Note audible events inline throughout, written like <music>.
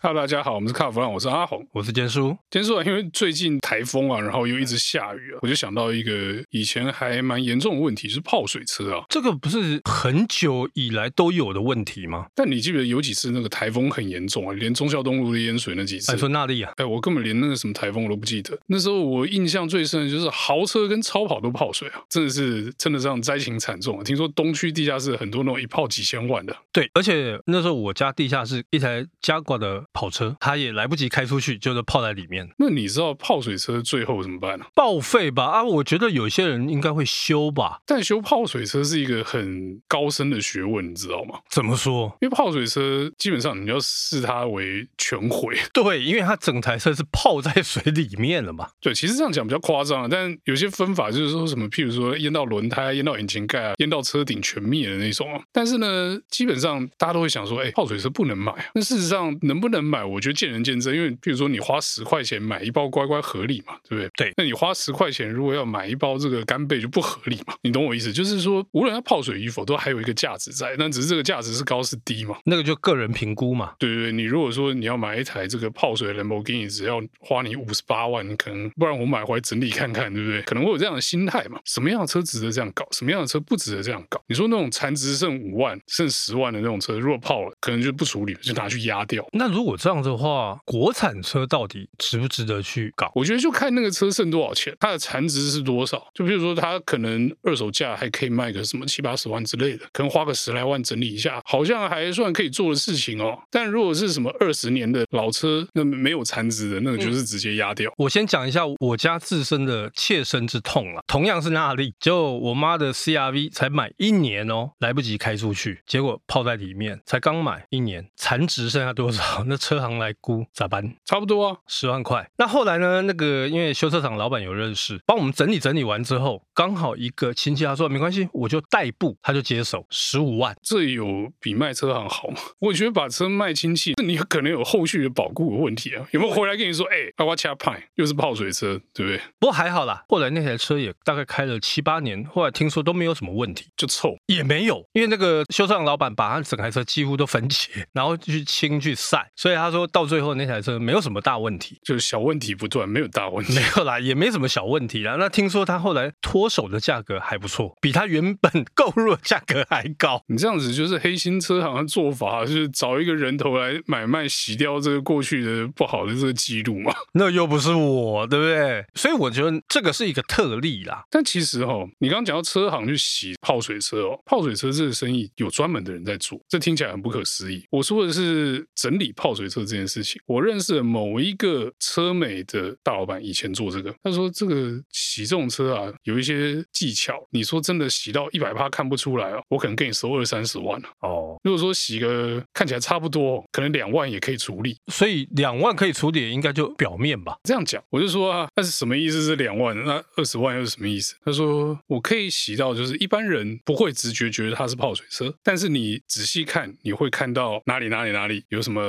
Hello，大家好，我们是卡弗朗，我是阿红。我是坚叔，今天说啊，因为最近台风啊，然后又一直下雨啊，我就想到一个以前还蛮严重的问题，就是泡水车啊。这个不是很久以来都有的问题吗？但你记不记得有几次那个台风很严重啊，连忠孝东路的淹水那几次哎，？说纳利啊，哎，我根本连那个什么台风我都不记得。那时候我印象最深的就是豪车跟超跑都泡水啊，真的是称得上灾情惨重啊。听说东区地下室很多那种一泡几千万的，啊对，而且那时候我家地下室一台加挂的跑车，它也来不及开出去，就是泡在里面，那你知道泡水车最后怎么办呢、啊？报废吧啊！我觉得有些人应该会修吧？但修泡水车是一个很高深的学问，你知道吗？怎么说？因为泡水车基本上你要视它为全毁。对，因为它整台车是泡在水里面了嘛。对，其实这样讲比较夸张啊，但有些分法就是说什么，譬如说淹到轮胎、淹到引擎盖啊、淹到车顶全灭的那种啊。但是呢，基本上大家都会想说，哎、泡水车不能买啊。那事实上能不能买，我觉得见仁见智。因为譬如说你花十块钱买一包乖乖合理嘛，对不对？对那你花十块钱如果要买一包这个干贝就不合理嘛，你懂我意思？就是说，无论它泡水与否，都还有一个价值在，那只是这个价值是高是低嘛。那个就个人评估嘛，对对对，你如果说你要买一台这个泡水的兰博基尼，只要花你五十八万，你可能不然我买回来整理看看，对不对？可能会有这样的心态嘛？什么样的车值得这样搞？什么样的车不值得这样搞？你说那种残值剩五万、剩十万的那种车，如果泡了，可能就不处理了，就拿去压掉。那如果这样子的话，国产车到底值不值得去搞？我觉得就看那个车剩多少钱，它的残值是多少。就比如说，它可能二手价还可以卖个什么七八十万之类的，可能花个十来万整理一下，好像还算可以做的事情哦。但如果是什么二十年的老车，那没有残值的，那个就是直接压掉。我先讲一下我家自身的切身之痛了。同样是纳利，就我妈的 CRV 才买一年哦，来不及开出去，结果泡在里面，才刚买一年，残值剩下多少？ <laughs> 那车行来估咋办？差不多啊，十万块。那后来呢？那个因为修车厂老板有认识，帮我们整理整理完之后，刚好一个亲戚他说没关系，我就代步，他就接手十五万。这有比卖车行好吗？ <laughs> 我觉得把车卖亲戚，那你可能有后续的保固的问题啊。有没有回来跟你说，哎、阿瓜恰派又是泡水车，对不对？不过还好啦，后来那台车也大概开了七八年，后来听说都没有什么问题。就臭。也没有，因为那个修车厂老板把他整台车几乎都分解，然后去清去晒，所以他说到最后那台车没有什么大问题，就是小问题不断，没有大问题没。有啦，也没什么小问题啦。那听说他后来脱手的价格还不错，比他原本 <laughs> 购入的价格还高。你这样子就是黑心车行的做法，就是找一个人头来买卖，洗掉这个过去的不好的这个记录嘛。 <laughs> 那又不是我，对不对？所以我觉得这个是一个特例啦。但其实哦，你刚刚讲到车行去洗泡水车哦，泡水车这个生意有专门的人在做，这听起来很不可思议。我说的是整理泡水车这件事情，我认识的某一个车美的大老板以前做这个，他说这个洗这种车啊，有一些技巧，你说真的洗到一百趴看不出来哦，我可能跟你收二三十万啊。哦，如果说洗个看起来差不多，可能两万也可以处理。所以两万可以处理，应该就表面吧。这样讲，我就说啊，那是什么意思？是两万，那二十万又是什么意思？他说我可以洗到，就是一般人不会直觉觉得它是泡水车，但是你仔细看，你会看到哪里哪里哪里有什么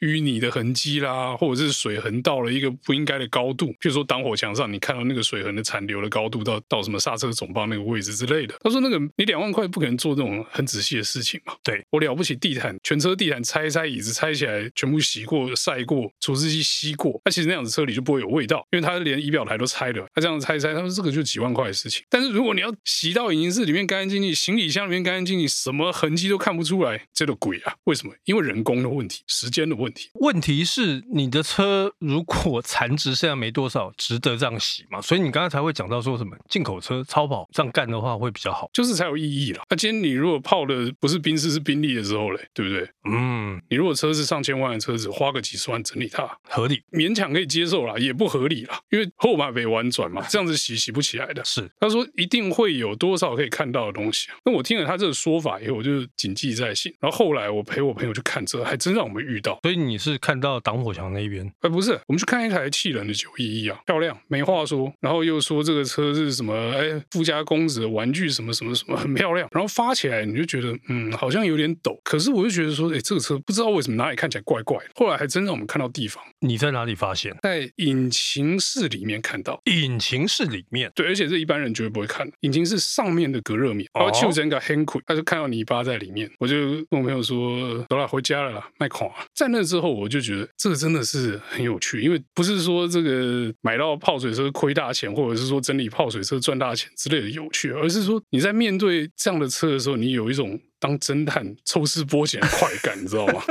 淤泥的痕迹啦，或者是水痕到了一个不应该的高度，譬如说挡火墙上，你看到那个水痕的残留的高度到到什么刹车总泵那个位置之类的。他说那个你两万块不可能做这种很仔细的事情嘛。我了不起地毯，全车地毯拆一拆，椅子拆起来，全部洗过、晒过，除湿机吸过。那、其实那样子车里就不会有味道，因为它连仪表台都拆了。他这样拆一拆，他说这个就几万块的事情。但是如果你要洗到影音室里面干干净净，行李箱里面干干净净，什么痕迹都看不出来，这个鬼啊！为什么？因为人工的问题，时间的问题。问题是你的车如果残值现在没多少，值得这样洗吗？ <laughs> 所以你刚才才会讲到说什么进口车超跑这样干的话会比较好。就是才有意义啦。那、今天你如果泡的不是宾士是宾利的时候嘞，对不对？嗯，你如果车是上千万的车子，花个几十万整理它，合理勉强可以接受啦，也不合理啦，因为后马被婉转嘛，这样子洗洗不起来的。是。他说一定会有多少可以看到的东西啊。那我听了他这个说法以后，我就谨记在心。然后后来我陪我朋友去看车，还真让我们遇到。所以你是看到挡火墙那一边，哎，不是，我们去看一台气人的九一一啊，漂亮，没话说。然后又说这个车是什么，哎，富家公子的玩具什么什么什么，很漂亮。然后发起来你就觉得，嗯，好像有点抖。可是我就觉得说，哎，这个车不知道为什么哪里看起来怪怪的。后来还真让我们看到地方，你在哪里发现？在引擎室里面看到。引擎室里面，对，而且是一般人绝对不会看的。引擎是上面的隔热棉，哦然后就整个很苦，他就看到泥巴在里面，我就跟我朋友说：“走了，回家了啦，卖狂啊！”在那那之后我就觉得这个真的是很有趣，因为不是说这个买到泡水车亏大钱，或者是说整理泡水车赚大钱之类的有趣，啊而是说你在面对这样的车的时候，你有一种当侦探抽丝剥茧的快感，你知道吗？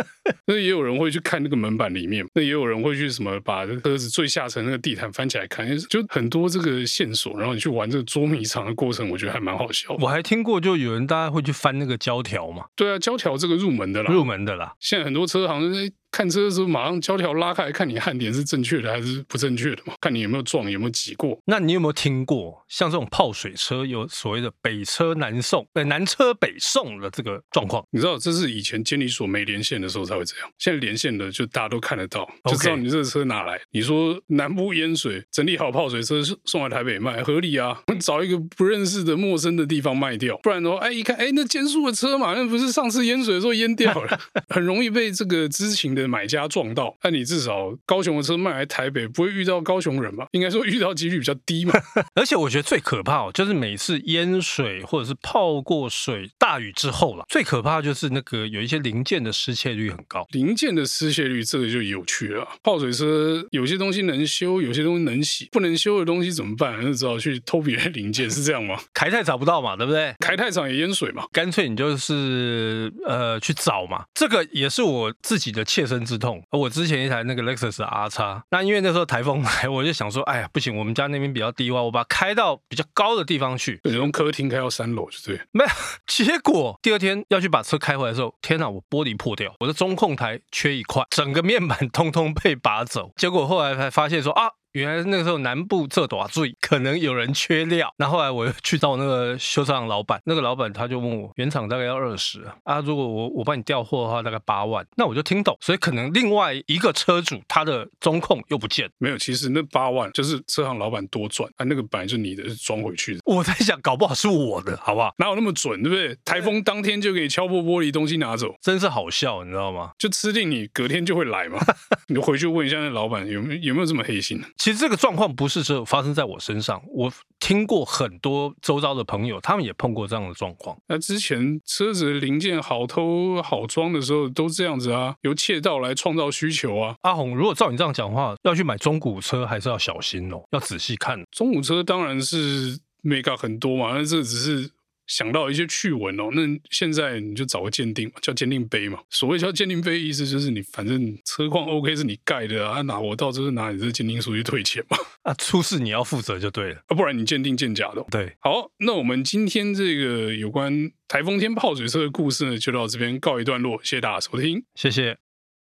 那也有人会去看那个门板里面，那也有人会去什么把车子最下层那个地毯翻起来看，就很多这个线索，然后你去玩这个捉迷藏的过程，我觉得还蛮好笑的。我还听过，就有人大家会去翻那个胶条嘛，对啊，胶条这个入门的啦，入门的啦。现在很多车行就是诶看车的时候，马上胶条拉开，看你焊点是正确的还是不正确的嘛，看你有没有撞，有没有挤过。那你有没有听过像这种泡水车有所谓的北车南送，呃南车北送的这个状况？你知道这是以前监理所没连线的时候才会这样，现在连线的就大家都看得到，就 OK 知道你这个车哪来。你说南部淹水，整理好泡水车送来台北卖，合理啊？ <laughs> 找一个不认识的陌生的地方卖掉，不然的话，哎，一看，哎，那监叔的车嘛，那不是上次淹水的时候淹掉了，很容易被这个知情的买家撞到。那你至少高雄的车卖来台北，不会遇到高雄人吧？应该说遇到几率比较低嘛。而且我觉得最可怕哦，就是每次淹水或者是泡过水大雨之后啦，最可怕就是那个有一些零件的失窃率很高。零件的失窃率，这个就有趣了。泡水车有些东西能修，有些东西能洗，不能修的东西怎么办？那只好去偷别人零件，是这样吗？ <laughs> 开泰找不到嘛，对不对？开太厂也淹水嘛？干脆你就是呃去找嘛，这个也是我自己的切身之痛。我之前一台那个 Lexus R 叉，那因为那时候台风来，我就想说，哎呀不行，我们家那边比较低洼，我把它开到比较高的地方去。对，从客厅开到三楼，就对。没有， <laughs> 结果第二天要去把车开回来的时候，天哪，我玻璃破掉，我的中控台缺一块，整个面板通通被拔走。 <laughs> 结果后来才发现说啊。原来那个时候南部这朵注意，可能有人缺料。那后来我又去找那个修车厂老板，那个老板他就问我，原厂大概要二十啊，如果我我帮你调货的话，大概八万。那我就听懂，所以可能另外一个车主他的中控又不见了。没有，其实那八万就是车行老板多赚啊，那个本来就你的，是装回去的，我在想，搞不好是我的，好不好？哪有那么准，对不对？台风当天就给你敲破玻璃，东西拿走，真是好笑，你知道吗？就吃定你，隔天就会来嘛。 <laughs> 你回去问一下那老板有没有有没有这么黑心啊其实这个状况不是只有发生在我身上，我听过很多周遭的朋友，他们也碰过这样的状况。那之前车子的零件好偷好装的时候都这样子啊，由窃盗来创造需求啊。阿红，如果照你这样讲话，要去买中古车还是要小心哦，要仔细看。中古车当然是 mega 很多嘛，那这只是想到一些趣闻哦。那现在你就找个鉴定嘛，叫鉴定杯嘛。所谓叫鉴定杯，意思就是你反正车况 OK 是你盖的啊，拿我到就是拿你这鉴定书去退钱嘛，啊，出事你要负责就对了。啊，不然你鉴定鉴假的哦、对，好，那我们今天这个有关台风天泡水车的故事呢，就到这边告一段落，谢谢大家收听。谢谢。